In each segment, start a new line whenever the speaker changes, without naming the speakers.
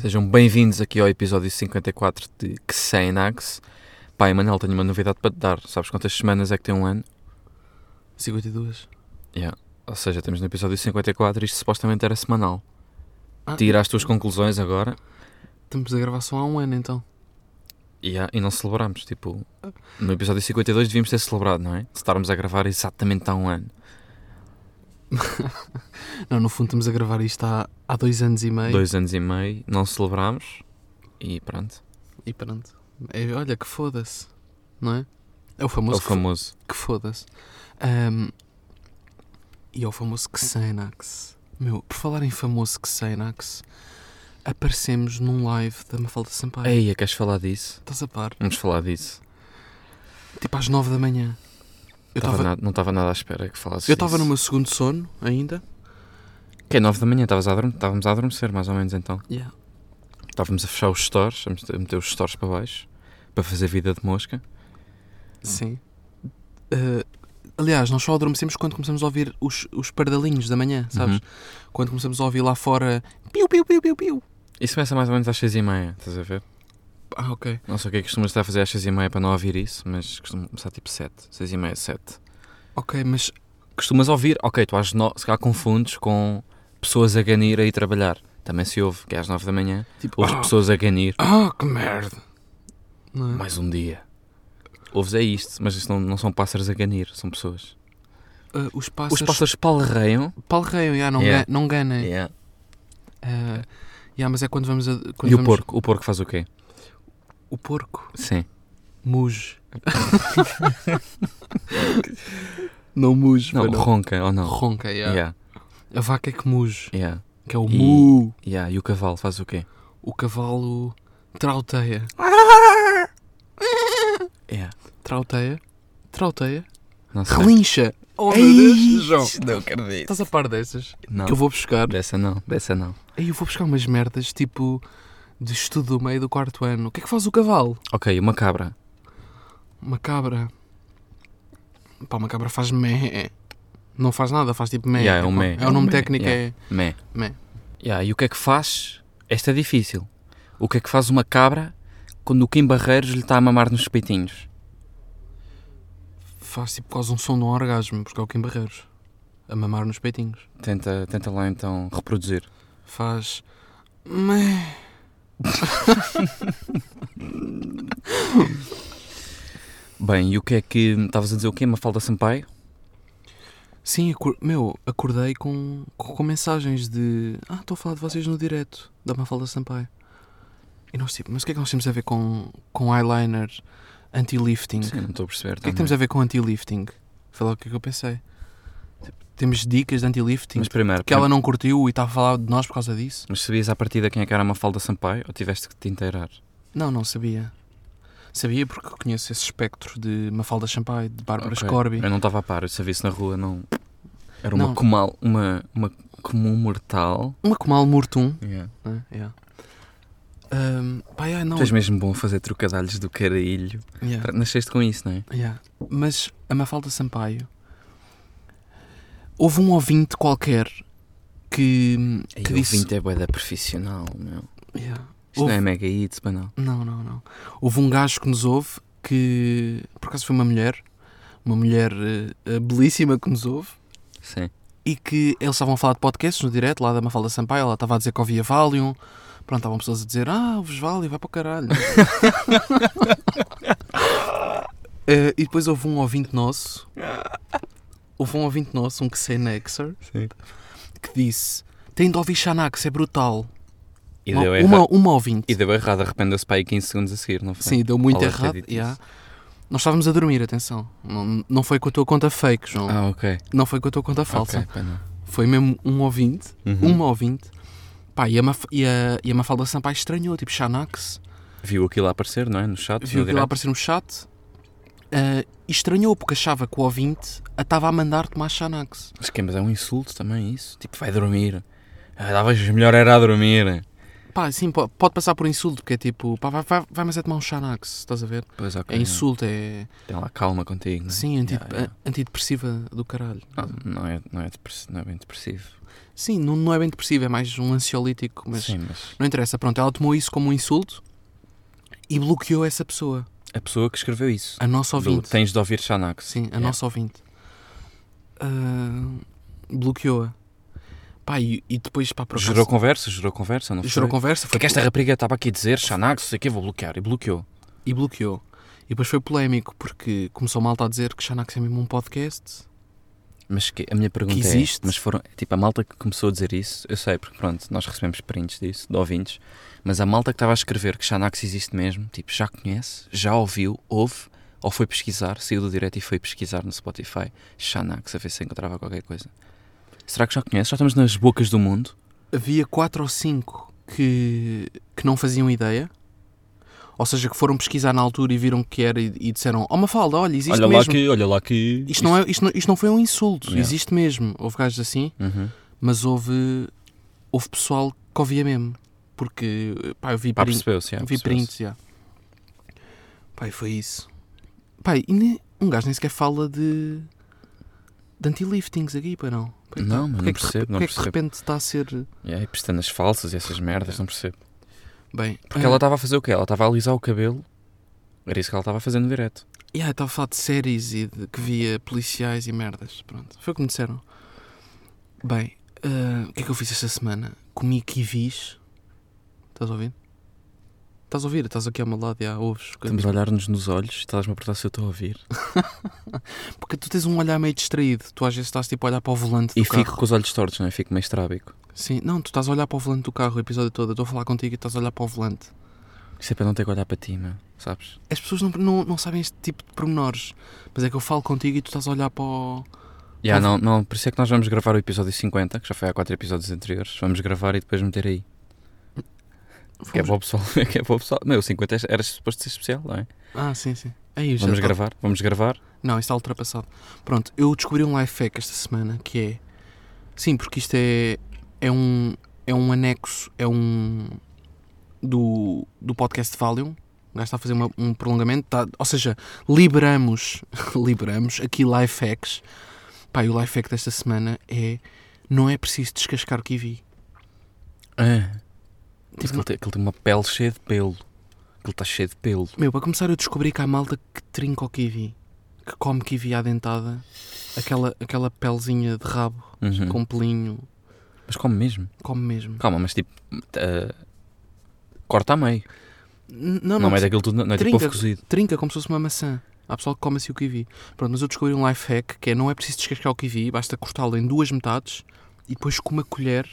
Sejam bem-vindos aqui ao episódio 54 de Xenax. Pai, Manel, tenho uma novidade para te dar. Sabes quantas semanas é que tem um ano?
52.
Ou seja, estamos no episódio 54 e isto supostamente era semanal.
Ah.
Tira as tuas conclusões agora
Estamos a gravar só há um ano então.
e, ah, e não celebramos. Tipo, no episódio 52 devíamos ter celebrado, não é? Se estarmos a gravar exatamente há um ano.
Não, no fundo estamos a gravar isto há, há dois anos e meio.
Dois anos e meio, não celebramos e pronto.
E pronto. É, olha, que foda-se. Não é? É o
É
famoso
o famoso.
que, que foda-se. Ahm, e é o famoso Xenax. Meu, por falar em famoso Xenax, aparecemos num live da Mafalda Sampaio.
Eia, queres falar disso?
Estás a par?
Vamos falar disso.
Tipo às nove da manhã. Eu
Tava
estava
nada- não estava nada à espera que falasses
eu estava no
disso.
meu segundo sono ainda.
Que é 9 da manhã, estavas a adorme- estávamos a adormecer, mais ou menos então.
Yeah.
Estávamos a fechar os stores, a meter- a meter os stores para baixo, para fazer vida de mosca.
Sim. Eh, aliás, nós só adormecemos quando começamos a ouvir os, os pardalinhos da manhã, sabes?
Uhum.
Quando começamos a ouvir lá fora piu, piu, piu, piu, piu.
Isso começa mais ou menos às 6 e meia, estás a ver?
Ah, ok.
Não sei o que é que costumas estar a fazer às 6 e meia para não ouvir isso, mas costumo começar tipo 7, 6 e meia, 7.
Ok, mas
Costumas ouvir, ok, tu às 9, se calhar confundes com pessoas a ganir a ir trabalhar. Também se ouve, que é às 9 da manhã,
tipo.
ouves
Ah,
pessoas a ganir,
ah, que merda! Não é?
mais um dia. Ouves é isto, mas isso não, não são pássaros a ganir, são pessoas.
Eh, os pássaros.
Os pássaros É. palarreiam.
Palreiam, já, não,
Yeah.
ga- não ganem.
Yeah.
Eh, já, mas é quando vamos. A, quando
E o
vamos-
porco? O porco faz o quê?
O porco.
Sim.
Muge. não muge,
Não,
foi Tipo, não.
ronca ou não?
Ronca, já.
Yeah,
A vaca é que muge,
yeah,
que é o
E-
mu.
yeah. E o cavalo faz o quê?
O cavalo trauteia.
Yeah.
Trauteia? Trauteia?
Não sei.
Relincha! Oh
Ei,
João!
Não acredito.
Estás a par dessas?
Não.
Que eu vou buscar.
Dessa não, dessa não.
Aí eu vou buscar umas merdas tipo de estudo do meio do quarto ano. O que é que faz o cavalo?
Ok, uma cabra.
Uma cabra. Pá, uma cabra faz mé. Não faz nada, faz tipo mé.
Yeah, é um mé.
É o nome
É um mé,
técnico, é.
Mé.
Mé.
Yeah, e o que é que faz? Esta é difícil. O que é que faz uma cabra quando o Kim Barreiros lhe está a mamar nos peitinhos?
Faz tipo quase um som de um orgasmo, porque é o Kim Barreiros. A mamar nos peitinhos.
Tenta, tenta lá então reproduzir.
Faz. mé.
Bem, e o que é que. Estavas a dizer o quê? Uma falda Sampaio?
Sim, acor- meu, acordei com, com, com mensagens de Ah, estou a falar de vocês no direto da Mafalda Sampaio. E nós tipo, mas o que é que nós temos a ver com, com eyeliner anti-lifting?
Sim,
O
não estou a perceber.
que é que temos a ver com anti-lifting? Foi logo o que é que eu pensei. Tipo, temos dicas de anti-lifting
Mas primeiro,
que ela não curtiu e está a falar de nós por causa disso?
Mas sabias à partida quem é que era uma falda Sampaio ou tiveste que te inteirar?
Não, não sabia. Sabia porque conheço esse espectro de Mafalda Sampaio, de Bárbara
Ok. É.
Scorby.
Eu não estava a par, eu sabia isso na rua, não. Era uma
Não.
comal, uma, uma comum mortal.
Uma Comal Mortum.
Yeah.
né? Yeah. Ahm, pá, yeah, não.
Tu és mesmo bom a fazer trocadalhos do caralho.
Yeah.
Pra- Nasceste com isso, não é?
Yeah. Mas a Mafalda Sampaio. Houve um ouvinte qualquer que, que
Que
disse.
ouvinte é boeda profissional, meu.
Yeah.
Isto não
Houve-
é mega hits, mas não.
Não, não, não. Houve um gajo que nos ouve que. Por acaso foi uma mulher. Uma mulher eh, eh, belíssima que nos ouve.
Sim.
E que eles estavam a falar de podcasts no direto lá da Mafalda Sampaio. Ela estava a dizer que ouvia Valium. Pronto, estavam pessoas a dizer: Ah, ouves Valium, vai para o caralho. Eh, e depois houve um ouvinte nosso. Houve um ouvinte nosso, um que sei Nexer,
Sim.
que disse: Tem de ouvir Xanax, é brutal.
E
uma,
deu
uma,
errado.
uma ouvinte.
E deu errado, arrependeu-se para aí 15 segundos a seguir, não foi?
Sim, deu muito
Olha,
errado.
acredito
yeah.
nisso.
Nós estávamos a dormir, atenção. Não, não foi com a tua conta fake, João.
Ah, ok.
Não foi com a tua conta falsa.
Ok, pá, não.
Foi mesmo um ouvinte.
Uhum.
Uma ouvinte. Pá, e a, Maf e a, e a Mafalda Sampaio estranhou, tipo, Xanax.
Viu aquilo a aparecer, não é? No chat,
Viu
no
aquilo a
direto.
aparecer no chat. eh, e estranhou porque achava que o ouvinte a estava a mandar tomar Xanax.
é Mas, que- mas é um insulto também isso. Tipo, vai dormir. Ah, davas melhor era a dormir.
Pá, sim, po- pode, passar por insulto, porque é tipo, pá, vai- vai- vai-me vai, tomar um Xanax, estás a ver?
Pois, ok.
É insulto, é.
Tem lá calma contigo. Né?
Sim, anti-
Yeah, yeah.
a- antidepressiva do caralho.
Não, não é, não, é depressivo, não é bem depressivo.
Sim, não, não é bem depressivo, é mais um ansiolítico, mas
Sim, mas
não interessa. Pronto, ela tomou isso como um insulto e bloqueou essa pessoa,
a pessoa que escreveu isso.
a nossa
Do-
ouvinte.
tens de ouvir Xanax. É.
Sim, a
Yeah.
nossa ouvinte. Ah, bloqueou-a. Pá, e, e depois, pá, por acaso,
Gerou conversa, gerou conversa, não
gerou
foi?
conversa
Foi que esta rapariga estava aqui a dizer Xanax, sei que vou bloquear. E bloqueou.
e bloqueou. E depois foi polémico, porque começou malta a dizer que Xanax é mesmo um podcast.
Mas que- a minha pergunta
Que existe?
é, mas foram, tipo, a malta que começou a dizer isso, eu sei, porque pronto, nós recebemos prints disso, de ouvintes, mas a malta que estava a escrever que Xanax existe mesmo, tipo, já conhece, já ouviu, ouve, ou foi pesquisar, saiu do direto e foi pesquisar no Spotify Xanax, a ver se encontrava qualquer coisa. Será que já conhece? Já estamos nas bocas do mundo?
Havia quatro ou cinco que, que não faziam ideia. Ou seja, que foram pesquisar na altura e viram que era e, e disseram Oh Mafalda, olha, existe mesmo.
que, olha lá que...
Isto, não é, isto, não, isto não foi um insulto,
Yeah.
existe mesmo. Houve gajos assim,
Uhum.
mas houve, houve pessoal que ouvia mesmo. Porque, pá, eu vi
Pá, é,
print-
percebeu-se, já,
vi
percebeu-se.
prints, já. Pá, e foi isso. Pá, e ne- um gajo nem sequer fala de, de anti-liftings aqui, pá, não. Pá,
Não, mas não
porque é que de rep-
percebo, não
porque é que de
percebo.
repente está a ser...
Yeah, e pestanas falsas e essas merdas, não percebo.
Bem,
Porque
ah,
ela estava a fazer o quê? Ela estava a alisar o cabelo, era isso que ela estava a fazer no direto.
Yeah, estava a falar de séries e de que via policiais e merdas. Pronto, foi o que me disseram. Bem, ah, o que é que eu fiz esta semana? Comi kiwis. Estás a ouvir? Estás a ouvir? Estás aqui ao meu lado e há ovos.
Estamos a olhar-nos nos olhos, estás-me a perguntar se eu estou a ouvir.
Porque tu tens um olhar meio distraído. Tu às vezes estás tipo a olhar para o volante do
E
carro.
fico com os olhos tortos, não é? Fico meio estrábico.
Sim, não, tu estás a olhar para o volante do carro o episódio todo. Eu estou a falar contigo e estás a olhar para o volante.
Isso é para não ter que olhar para ti, meu. Sabes?
As pessoas não, não, não sabem este tipo de pormenores. Mas é que eu falo contigo e tu estás a olhar para o.
Já, não, não, por isso é que nós vamos gravar o episódio 50, que já foi há quatro episódios anteriores. Vamos gravar e depois meter aí. Que é
Vamos-
para o pessoal. Que é para o pessoal. Meu, o 50 era suposto ser especial, não é?
Ah, sim, sim. É isso.
Vamos
já está-
gravar, vamos gravar.
Não, isso está ultrapassado. Pronto, eu descobri um life hack esta semana que é. Sim, porque isto é. É um. É um anexo. É um. Do, do podcast Valium. O gajo está a fazer uma- um prolongamento. está- ou seja, liberamos. liberamos aqui life hacks. Pá, e o life hack desta semana é. Não é preciso descascar o kiwi.
Ah,
Tipo,
aquilo, tem, aquilo tem uma pele cheia de pelo. Aquilo está cheio de pelo.
Meu, para começar eu descobri que há malta que trinca o kiwi. Que come kiwi à dentada. Aquela, aquela pelezinha de rabo
Uhum.
com pelinho.
Mas como mesmo?
Come mesmo.
Calma, mas tipo. ah, corta a meio.
N-
Não,
Não, não,
é daquilo tudo, não é tipo
Trinca.
ovo cozido.
trinca como se fosse uma maçã. Há pessoal que come assim o kiwi. Pronto, mas eu descobri um life hack que é não é preciso descascar o kiwi, basta cortá-lo em duas metades e depois com uma colher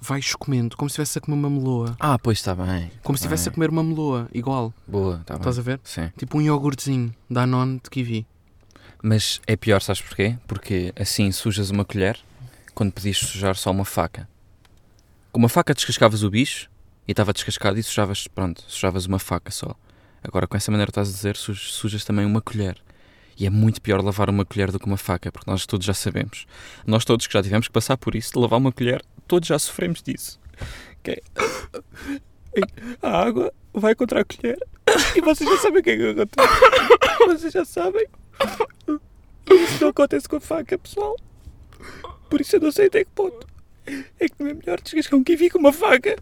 vais comendo, como se estivesse a comer uma meloa.
Ah, pois está bem.
Como se estivesse a comer uma meloa, igual.
Boa, está bem.
Estás a ver?
Sim.
Tipo um iogurtezinho da Danone de kiwi.
Mas é pior, sabes porquê? Porque assim sujas uma colher quando podias sujar só uma faca. Com uma faca descascavas o bicho e estava descascado e sujavas, pronto, sujavas uma faca só. Agora com essa maneira que estás a dizer, su- sujas também uma colher. E é muito pior lavar uma colher do que uma faca, porque nós todos já sabemos. Nós todos que já tivemos que passar por isso, de lavar uma colher, todos já sofremos disso. Que é- A água vai contra a colher e vocês já sabem o que é que acontece. Vocês já sabem. Isso não acontece com a faca, pessoal. Por isso eu não sei até que ponto. É que não é melhor descascar um kiwi com uma faca.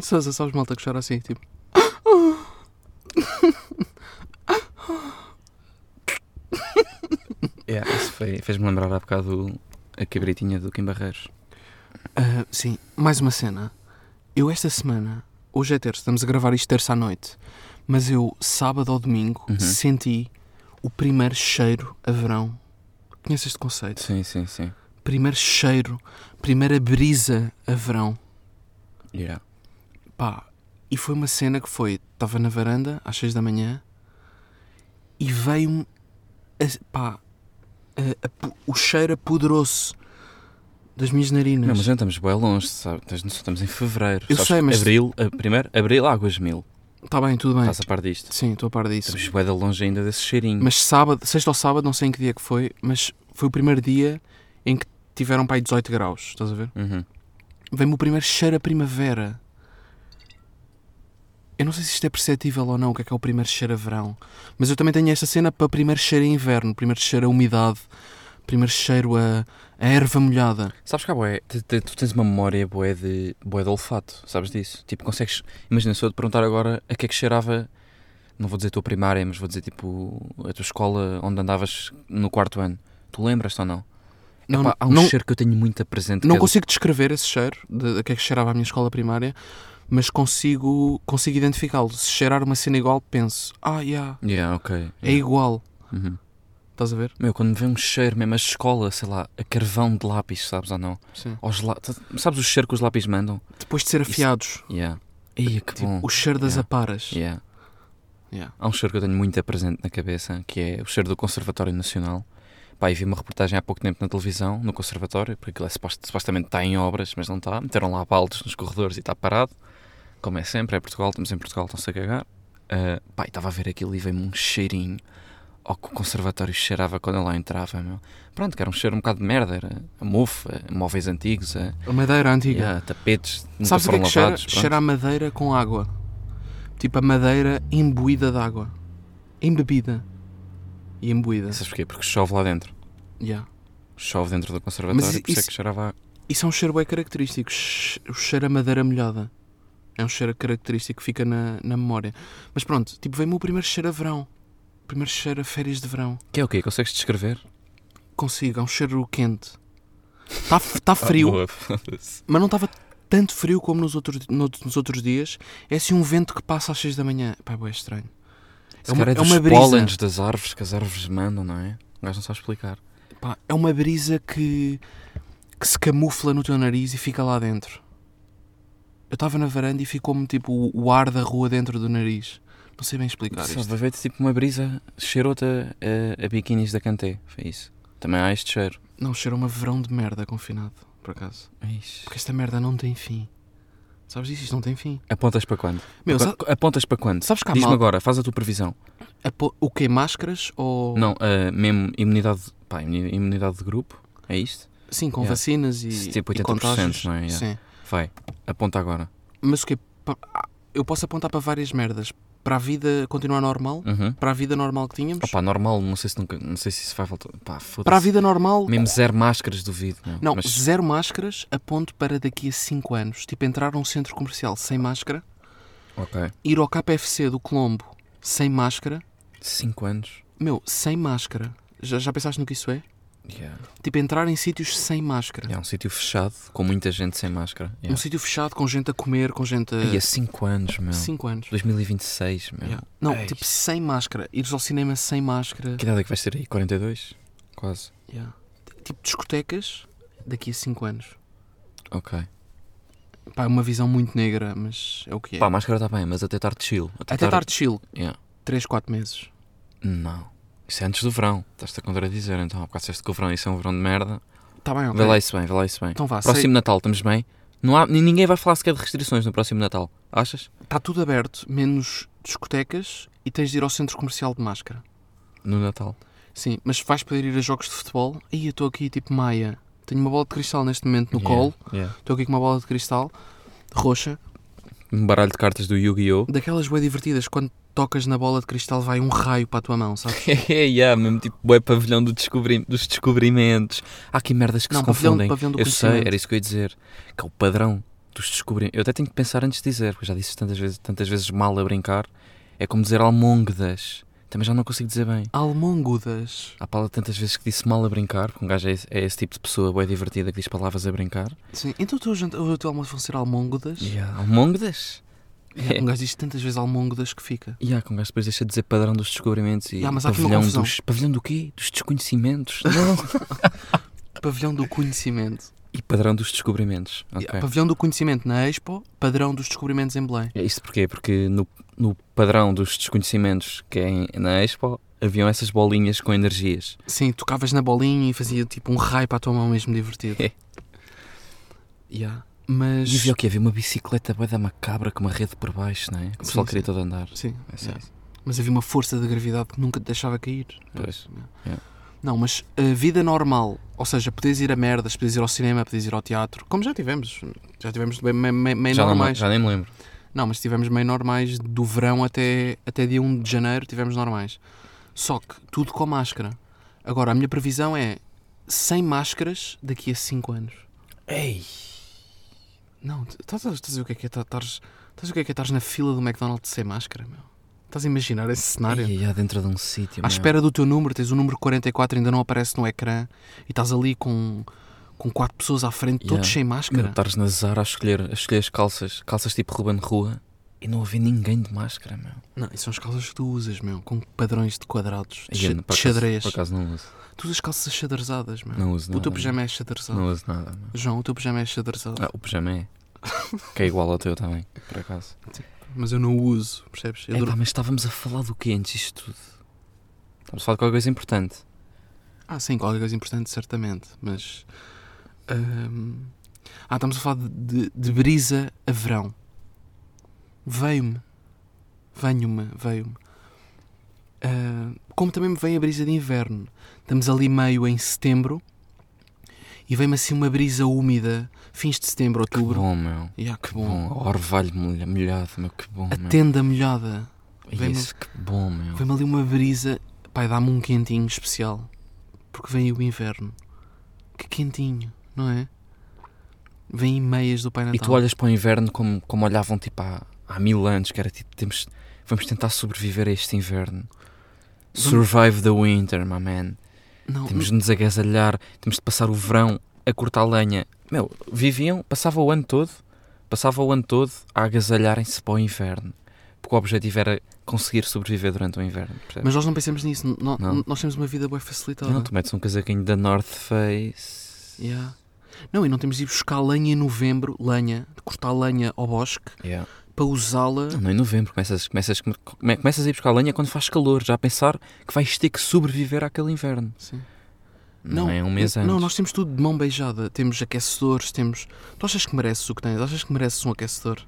Sousa, sabes malta que chora assim, tipo.
isso fez-me lembrar há bocado a cabritinha do Kim Barreiros.
Ah, sim, mais uma cena. Eu esta semana, hoje é terça, estamos a gravar isto terça à noite, mas eu sábado ou domingo
Uhum.
senti o primeiro cheiro a verão. Conheces este conceito?
Sim, sim, sim.
Primeiro cheiro, primeira brisa a verão.
Yeah.
Pá, e foi uma cena que foi, estava na varanda às 6 da manhã e veio-me, a- pá, a- a pu- o cheiro apoderou-se das minhas narinas.
Não, mas já estamos bem longe, sabe? Tens noção, Estamos em fevereiro.
Eu
Sabes
sei,
que
mas-
Abril, a- primeiro, abril, águas mil.
Tá bem, tudo bem.
Estás a par disto.
Sim, estou a par disso.
Estamos bem longe ainda desse cheirinho.
Mas sábado, sexta ou sábado, não sei em que dia que foi, mas foi o primeiro dia em que tiveram para aí 18 graus, estás a ver?
Uhum.
Vem-me o primeiro cheiro a primavera. Eu não sei se isto é perceptível ou não, o que é que é o primeiro cheiro a verão. Mas eu também tenho esta cena para primeiro cheiro a inverno, primeiro cheiro a umidade, primeiro cheiro a, a erva molhada.
Sabes que há bué, te- te- tu tens uma memória boé de, bué de olfato, sabes disso? Tipo, consegues, imagina, se eu te perguntar agora a que é que cheirava, não vou dizer a tua primária, mas vou dizer tipo a tua escola onde andavas no quarto ano. Tu lembras-te ou não?
Não,
Pá, há um
não,
cheiro que eu tenho muito presente. que
não
é do-
consigo descrever esse cheiro, de, de que é que cheirava a minha escola primária, mas consigo, consigo identificá-lo. Se cheirar uma cena igual, penso, ah, yeah,
Yeah, ok.
é igual.
Uhum.
Estás a ver?
Meu, quando me vê um cheiro mesmo a escola, sei lá, a carvão de lápis, sabes ou não?
Sim.
Aos la... Sabes o cheiro que os lápis mandam?
Depois de ser afiados, tipo,
Yeah. Ia, que bom.
o cheiro das
Yeah.
aparas.
Yeah.
Yeah.
Há um cheiro que eu tenho muito presente na cabeça, que é o cheiro do Conservatório Nacional. Pá, e vi uma reportagem há pouco tempo na televisão, no Conservatório, porque aquilo é suposto- supostamente está em obras, mas não está. Meteram lá baldes nos corredores e está parado. Como é sempre, é Portugal, estamos em Portugal, estão-se a cagar. Ah, pá, e estava a ver aquilo e veio-me um cheirinho ao que o Conservatório cheirava quando eu lá entrava, meu. Pronto, que era um cheiro um bocado de merda, era a mofo, a móveis antigos, é. a,
A madeira antiga.
yeah, tapetes, que nunca
Sabes o que é
foram
que cheira?
lavados. pronto.
Cheira a madeira com água. Tipo a madeira imbuída de água. Embebida. E imbuída.
Sabes porquê? Porque chove lá dentro.
Yeah.
Chove dentro do Conservatório,
Mas
por isso é
isso-
que cheirava a
Isso é um cheiro bem característico. che- O cheiro a madeira molhada. É um cheiro característico que fica na, na memória. Mas pronto, tipo, vem-me o primeiro cheiro a verão. O primeiro cheiro a férias de verão.
Que é o quê? Consegues descrever?
Consigo, é um cheiro quente. Está
Ah,
tá frio. Mas não estava tanto frio como nos outros, no- nos outros dias. É assim um vento que passa às 6 da manhã. Pá, é estranho.
é uma, é
uma
dos pólenes das árvores que as árvores mandam, não é? O gajo não sabe explicar.
Pá, é uma brisa que, que se camufla no teu nariz e fica lá dentro. Eu estava na varanda e ficou-me tipo o- o ar da rua dentro do nariz. Não sei bem explicar isto.
Sabe, vai ver tipo uma brisa cheirota a, a biquinis da Canté. Foi isso. Também há este cheiro.
Não, cheirou-me a verão de merda confinado, por acaso.
Ixi.
Porque esta merda não tem fim. Sabes disso? Isto não tem fim.
Apontas para quando?
Meu,
Apa- Apontas para quando?
Sabes que há
Diz-me
mal...
agora, faz a tua previsão.
a po- O quê? Máscaras ou...
Não, ah, mesmo imunidade, pá, imuni- imunidade de grupo, é isto?
Sim, com
Yeah.
vacinas e,
Se tipo
e
80%,
contágios.
não é? Yeah.
Sim.
Vai, aponta agora.
Mas o quê? Pa- ah, Eu posso apontar para várias merdas. Para a vida continuar normal?
Uhum.
Para a vida normal que tínhamos?
Opa, normal, não sei se nunca, não sei se isso vai voltar. Pá, foda-se.
Para a vida normal,
Mesmo zero máscaras, duvido. meu.
não,
Mas-
zero máscaras, aponto para daqui a 5 anos. Tipo, entrar num centro comercial sem máscara,
Ok.
ir ao KFC do Colombo sem máscara.
5 anos.
Meu, sem máscara. Já, já pensaste no que isso é?
Yeah.
Tipo, entrar em sítios sem máscara.
É um sítio fechado, com muita gente sem máscara.
Um
Yeah.
sítio fechado, com gente a comer, com gente
E há
a...
5 anos, meu.
5 anos.
2026, meu.
Yeah. Não,
Ei.
tipo, sem máscara. Ires ao cinema sem máscara.
Que idade é que vais ter aí? 42? Quase.
Yeah. Tipo, discotecas daqui a 5 anos.
Ok.
Pá, é uma visão muito negra, mas é o que é.
Pá, a máscara está bem, mas até tarde chill.
Até estar chill,
Yeah.
3, 4 meses.
Não. Isso é antes do verão. Estás-te a contradizer, então. Há bocado disseste que o verão isso é um verão de merda.
Tá bem, ok.
Vê lá isso bem, vê lá isso bem.
Então vá,
próximo Natal, estamos bem? Não há... nin- Ninguém vai falar sequer de restrições no próximo Natal. Achas?
Está Tá tudo aberto, menos discotecas e tens de ir ao centro comercial de máscara.
No Natal.
Sim, mas vais poder ir a jogos de futebol. Aí eu estou aqui tipo Maia. Tenho uma bola de cristal neste momento no colo.
Yeah.
Estou aqui com uma bola de cristal roxa.
Um baralho de cartas do Yu-Gi-Oh!
Daquelas bem divertidas, quando tocas na bola de cristal vai um raio para a tua mão, sabes?
É, yeah, mesmo tipo bué pavilhão do descobri- dos descobrimentos. Há aqui merdas que
Não,
se
pavilhão-
confundem.
pavilhão do
eu sei,
conhecimento.
era isso que eu ia dizer. Que é o padrão dos descobrimentos. Eu até tenho que pensar antes de dizer, porque já disse tantas vezes, tantas vezes mal a brincar. É como dizer almôndegas. Também já não consigo dizer bem.
Almôngudas.
Há Paula tantas vezes que disse mal a brincar, porque um gajo é esse, é esse tipo de pessoa bué divertida que diz palavras a brincar.
Sim, então o teu, janta- o teu almoço vão ser almôngudas?
Yeah. Almôndegas? É.
Um gajo diz tantas vezes almôngudas que fica.
Yeah, que um gajo depois deixa de dizer padrão dos descobrimentos e
Yeah, mas há aqui uma
pavilhão
confusão.
dos... Pavilhão do quê? Dos desconhecimentos. Não.
Pavilhão do conhecimento.
e padrão dos descobrimentos. ok.
Yeah, pavilhão do conhecimento na Expo, padrão dos descobrimentos em Belém.
É isto porquê? Porque no, no padrão dos desconhecimentos que é em- na Expo haviam essas bolinhas com energias.
Sim, tocavas na bolinha e fazia tipo um raio para a tua mão mesmo divertido.
É.
Yeah.
E
Mas.
havia o quê? Havia uma bicicleta bué da macabra com uma rede por baixo, não é? Que o
Sim,
pessoal
sim.
queria todo andar.
Sim,
É só
Yeah.
isso.
mas havia uma força de gravidade que nunca te deixava cair.
Pois.
Yeah.
Yeah.
Não, mas a vida normal, ou seja, podes ir a merdas, podes ir ao cinema, podes ir ao teatro, como já tivemos, já tivemos bem- meio, meio- meio
já, não-
normais.
já nem me lembro.
Não, mas tivemos meio normais do verão até, até dia 1 de janeiro, tivemos normais. Só que tudo com máscara. Agora, a minha previsão é sem máscaras daqui a 5 anos.
Ei!
Não, t- estás a estás a ver o que é que é estares estás a ver o que é que é estares na fila do McDonald's sem máscara, meu? Estás a imaginar esse cenário?
Ai, ai, dentro de um sítio. meu.
À espera do teu número, tens o número 44 ainda não aparece no ecrã e estás ali com, com quatro pessoas à frente,
Yeah.
todos sem
Meu, tá-
máscara.
estares na Zara a escolher, a escolher as calças, calças tipo Ruben Rua, e não havia ninguém de máscara, meu.
Não, e são as calças que tu usas, meu, com padrões de quadrados, de,
Ai, eu, por
xa- de
acaso-
xadrez.
Por acaso não uso.
Tu usas calças xadrezadas, meu.
Não uso
o
nada.
teu
meu.
pijama é xadrezado.
Não uso nada, meu.
João, o teu pijama é xadrezado.
Ah, o pijama é. que é igual ao teu também, por acaso.
Mas eu não o uso, percebes? Eu
Epá,
durmo-
mas estávamos a falar do que antes disto tudo? Estamos a falar de qualquer coisa importante.
Ah, sim, qualquer coisa importante, certamente. Mas. hum, Ah, estamos a falar de, de- de brisa a verão. Veio-me. Venho-me, veio-me. Ah, como também me vem a brisa de inverno. Estamos ali meio em setembro e vem-me assim uma brisa úmida, fins de setembro,
Que
outubro.
bom, meu.
Que que
Que bom.
bom.
Orvalho molha- molhado, meu. Que bom,
A
meu.
tenda molhada.
Ai,
vem-me-
isso, que bom, meu.
Vem-me ali uma brisa. Pai, dá-me um quentinho especial. Porque vem o inverno. Que quentinho, não é? Vem meias do Pai Natal.
E tu olhas para o inverno como, como olhavam tipo há, há mil anos, que era tipo, temos, vamos tentar sobreviver a este inverno. Survive the winter, my man.
Não,
Temos de nos agasalhar, temos de passar o verão a cortar lenha. Meu, viviam, passava o ano todo, passava o ano todo a agasalharem-se para o inverno. Porque o objetivo era conseguir sobreviver durante o inverno, percebes?
mas nós não pensamos nisso. Nó-
Não.
Nós temos uma vida bem facilitada.
Não, tu metes um casaquinho da North Face.
Yeah. Não, e não temos de ir buscar lenha em novembro, lenha, de cortar lenha ao bosque,
Yeah.
para usá-la.
Não, não, em novembro começas, começas, come- come- começas a ir buscar lenha quando faz calor, já a pensar que vais ter que sobreviver àquele inverno.
Sim.
Não, é um mês antes.
Não, nós temos tudo de mão beijada. Temos aquecedores, temos. Tu achas que mereces o que tens? Achas que mereces um aquecedor?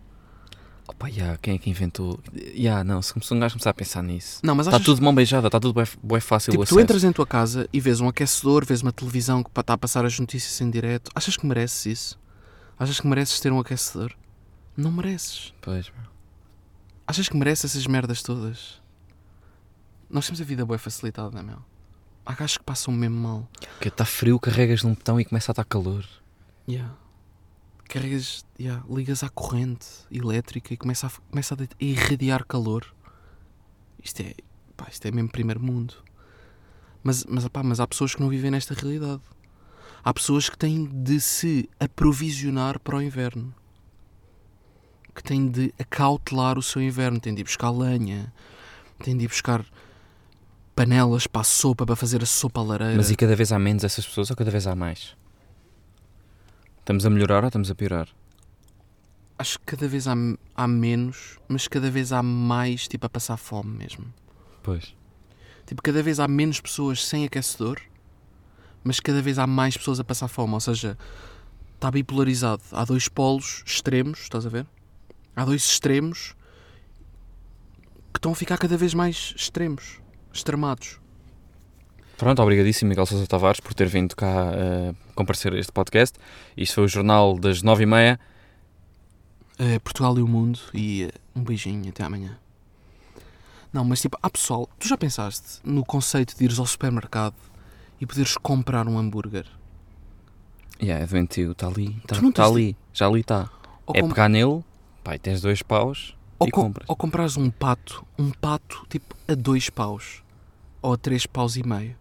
Opa, yeah, quem é que inventou? Yeah, não, se começou- um gajo começar a pensar nisso.
Não, mas
Está
achas
tudo de mão beijada, está tudo bem fácil o
Tipo,
acesso.
tu entras em tua casa e vês um aquecedor, vês uma televisão que está a passar as notícias em direto. Achas que mereces isso? Achas que mereces ter um aquecedor? Não mereces.
Pois, meu.
Achas que mereces essas merdas todas? Nós temos a vida boa facilitada, não é, meu? Há gajos que passam mesmo mal.
Que está tá frio, carregas num botão e começa a estar calor.
Yeah. Carregas, yeah, ligas à corrente elétrica e começa a, começa a deit- a irradiar calor. Isto é, pá, isto é mesmo primeiro mundo. Mas, mas, pá, mas há pessoas que não vivem nesta realidade. Há pessoas que têm de se aprovisionar para o inverno. Que têm de acautelar o seu inverno. Têm de ir buscar lenha. Têm de ir buscar panelas para a sopa, para fazer a sopa à lareira.
Mas e cada vez há menos essas pessoas ou cada vez há mais? Estamos a melhorar ou estamos a piorar?
Acho que cada vez há, há menos, mas cada vez há mais, tipo, a passar fome mesmo.
Pois.
Tipo, cada vez há menos pessoas sem aquecedor, mas cada vez há mais pessoas a passar fome. Ou seja, está bipolarizado. Há dois polos extremos, estás a ver? Há dois extremos que estão a ficar cada vez mais extremos, extremados.
Pronto, obrigadíssimo Miguel Sousa Tavares por ter vindo cá eh, comparecer a este podcast. Isto foi o Jornal das 9h30.
Eh, Portugal e o mundo e eh, um beijinho até amanhã. Não, mas tipo, ah pessoal, tu já pensaste no conceito de ires ao supermercado e poderes comprar um hambúrguer?
Yeah, é doentio, está ali, está
Tu não tens-
ali, já ali está.
Ou,
É
com-
pegar nele, pai, tens dois paus
ou,
e
com-
compras.
ou comprares um pato, um pato tipo a dois paus ou a três paus e meio.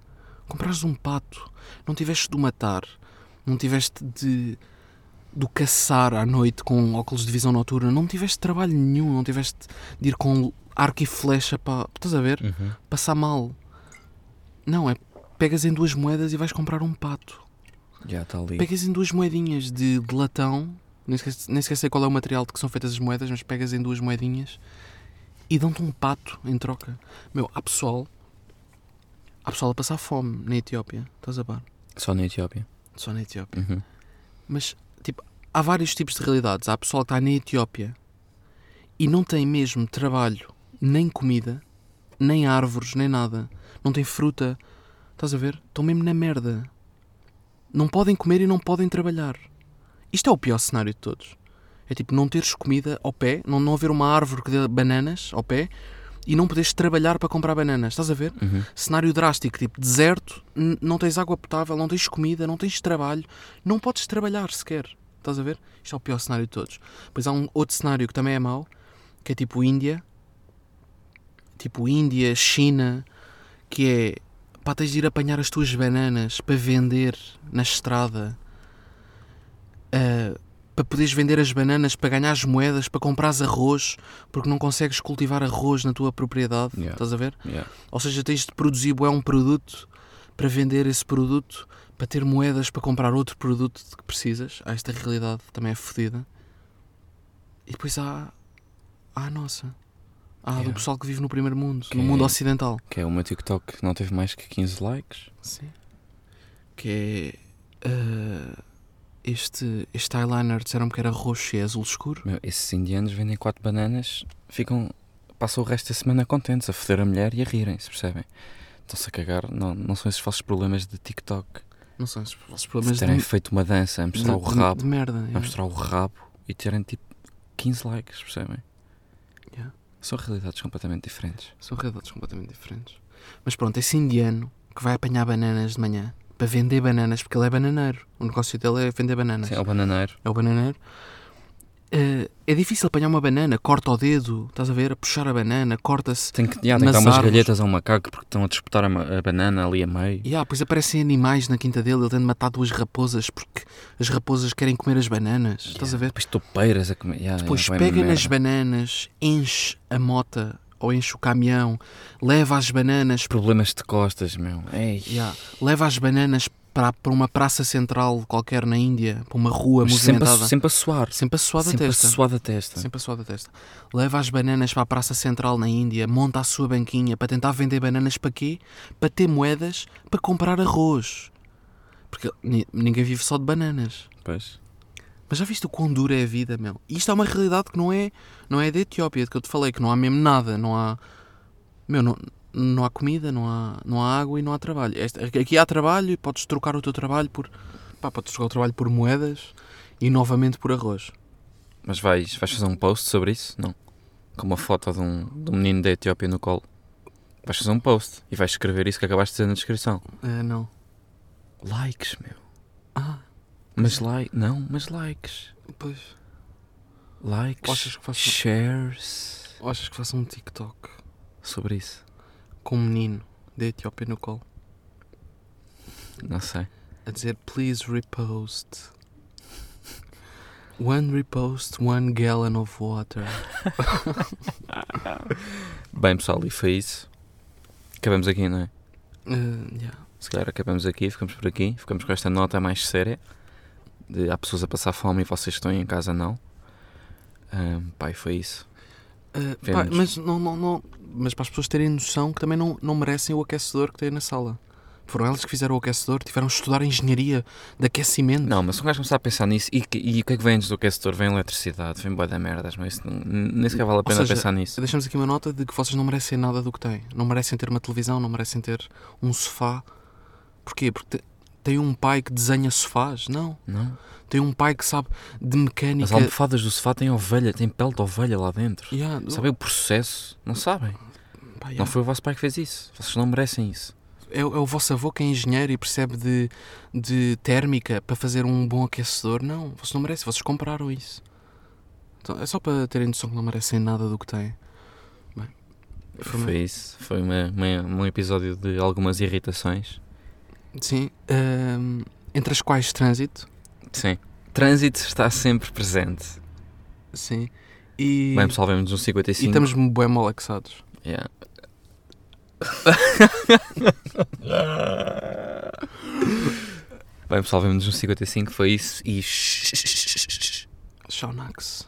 Comprares um pato, não tiveste de o matar, não tiveste de, de o caçar à noite com óculos de visão noturna, não tiveste trabalho nenhum, não tiveste de ir com arco e flecha para. Estás a ver?
Uhum.
passar mal. Não, é pegas em duas moedas e vais comprar um pato.
Já está ali.
Pegas em duas moedinhas de, de latão, nem esquece- nem sequer sei qual é o material de que são feitas as moedas, mas pegas em duas moedinhas e dão-te um pato em troca. Meu, há pessoal, há pessoal a passar fome na Etiópia, estás a par?
Só na Etiópia.
Só na Etiópia.
Uhum.
Mas, tipo, há vários tipos de realidades. Há pessoal que está na Etiópia e não tem mesmo trabalho, nem comida, nem árvores, nem nada. Não tem fruta, Estás a ver? Estão mesmo na merda. Não podem comer e não podem trabalhar. Isto é o pior cenário de todos. É tipo não teres comida ao pé, não, não haver uma árvore que dê bananas ao pé e não poderes trabalhar para comprar bananas. Estás a ver?
Uhum.
Cenário drástico, tipo deserto, n- não tens água potável, não tens comida, não tens trabalho, não podes trabalhar sequer. Estás a ver? Isto é o pior cenário de todos. Pois há um outro cenário que também é mau, que é tipo Índia. Tipo Índia, China, que é pá, tens de ir apanhar as tuas bananas para vender na estrada. Ah, para poderes vender as bananas, para ganhares moedas, para comprares arroz, porque não consegues cultivar arroz na tua propriedade.
Yeah.
Estás a ver?
Yeah.
Ou seja, tens de produzir bué um produto para vender esse produto, para ter moedas para comprar outro produto de que precisas. Ah, esta realidade também é fodida. E depois há, há a nossa. Há a do
Yeah.
pessoal que vive no primeiro mundo,
Que
no mundo
é-
ocidental.
Que é uma TikTok que não teve mais que 15 likes.
Sim. Que é. ah, este, este eyeliner disseram-me que era roxo e é azul escuro.
Meu, esses indianos vendem quatro bananas, ficam. Passam o resto da semana contentes, a foder a mulher e a rirem-se, percebem? Estão-se a cagar, não, não são esses falsos problemas de TikTok.
Não são esses vossos
Mas
problemas de,
terem feito uma dança a
de-
mostrar o
de-
rabo,
de merda.
a
yeah.
mostrar o rabo e terem tipo 15 likes, percebem?
Yeah.
São realidades completamente diferentes.
São realidades completamente diferentes. Mas pronto, esse indiano que vai apanhar bananas de manhã para vender bananas, porque ele é bananeiro. O negócio dele é vender bananas.
Sim, é o bananeiro.
É o bananeiro. Eh, é difícil apanhar uma banana, corta o dedo, estás a ver? A puxar a banana, corta-se.
Tem que, yeah, tem que
Nas
dar umas
árvores.
galhetas ao macaco porque estão a disputar a, ma- a banana ali a meio.
E ah, pois aparecem animais na quinta dele, ele tem de matar duas raposas porque as raposas querem comer as bananas, estás a ver?
Depois toupeiras a comer. Yeah,
Depois
yeah, vai
pega nas
É merda.
bananas, enche a mota ou enche o caminhão, leva as bananas
Problemas de costas, meu. Ei.
Yeah. Leva as bananas para, para uma praça central qualquer na Índia, para uma rua
Mas sempre, a,
movimentada.
su-
sempre,
sempre a suar.
a suar da
Sempre a
testa.
suar da testa.
Sempre a suar da testa. Leva as bananas para a praça central na Índia, monta a sua banquinha para tentar vender bananas para quê? Para ter moedas para comprar arroz. Porque ni- ninguém vive só de bananas.
Pois.
Mas já viste o quão dura é a vida, meu? E Isto é uma realidade que não é, não é da Etiópia, de que eu te falei, que não há mesmo nada, não há. Meu, não, não há comida, não há, não há água e não há trabalho. Este- aqui há trabalho e podes trocar o teu trabalho por. Pá, podes trocar o trabalho por moedas e novamente por arroz.
Mas vais, vais fazer um post sobre isso? Não. Com uma foto de um, de um menino da Etiópia no colo. Vais fazer um post e vais escrever isso que acabaste de dizer na descrição.
Ah, não.
Likes, meu.
Ah,
Mas like. Não, mas likes.
pois.
Likes.
Achas que faço-
Shares.
Achas que faço um TikTok
Sobre isso.
com um menino da Etiópia no colo
Não sei.
a dizer please repost. One repost, one gallon of water.
Bem, pessoal, e foi isso. Acabamos aqui, não é?
Ah, yeah.
Se calhar acabamos aqui, ficamos por aqui, ficamos com esta nota mais séria. De, há pessoas a passar fome e vocês estão em casa não. Ahm, pai, foi isso.
Uh, pá,
Vemos.
mas, não, não, não, mas para as pessoas terem noção que também não, não merecem o aquecedor que têm na sala. Foram elas que fizeram o aquecedor, tiveram de estudar engenharia de aquecimento.
Não, mas se um gajo começar a pensar nisso, e, que- e o que é que vem antes do aquecedor? Vem eletricidade, vem boa da merdas, mas isso não- nem sequer vale a pena
seja,
pensar nisso.
Deixamos aqui uma nota de que vocês não merecem nada do que têm. Não merecem ter uma televisão, não merecem ter um sofá. Porquê? Porque te- tem um pai que desenha sofás? Não.
Não?
Tem um pai que sabe de
As
mecânica.
almofadas do sofá têm ovelha, têm pele de ovelha lá dentro.
Yeah, do-
Sabem o processo? Não sabem.
pá,
Não
yeah.
foi o vosso pai que fez isso. Vocês não merecem isso.
é, é o vosso avô que é engenheiro e percebe de, de térmica para fazer um bom aquecedor. Não, vocês não merecem, vocês compraram isso. Então, é só para terem noção que não merecem nada do que têm. Bem, foi uma-
Foi isso. Foi uma- uma- um episódio de algumas irritações.
Sim. ahm, entre as quais trânsito.
Sim. Trânsito está sempre presente.
Sim. E,
Bem, pessoal, vemos uns
e
55.
estamos bem malaxados.
Yeah. Bem, pessoal, vemos uns 55. Foi isso. E.
Shaunax.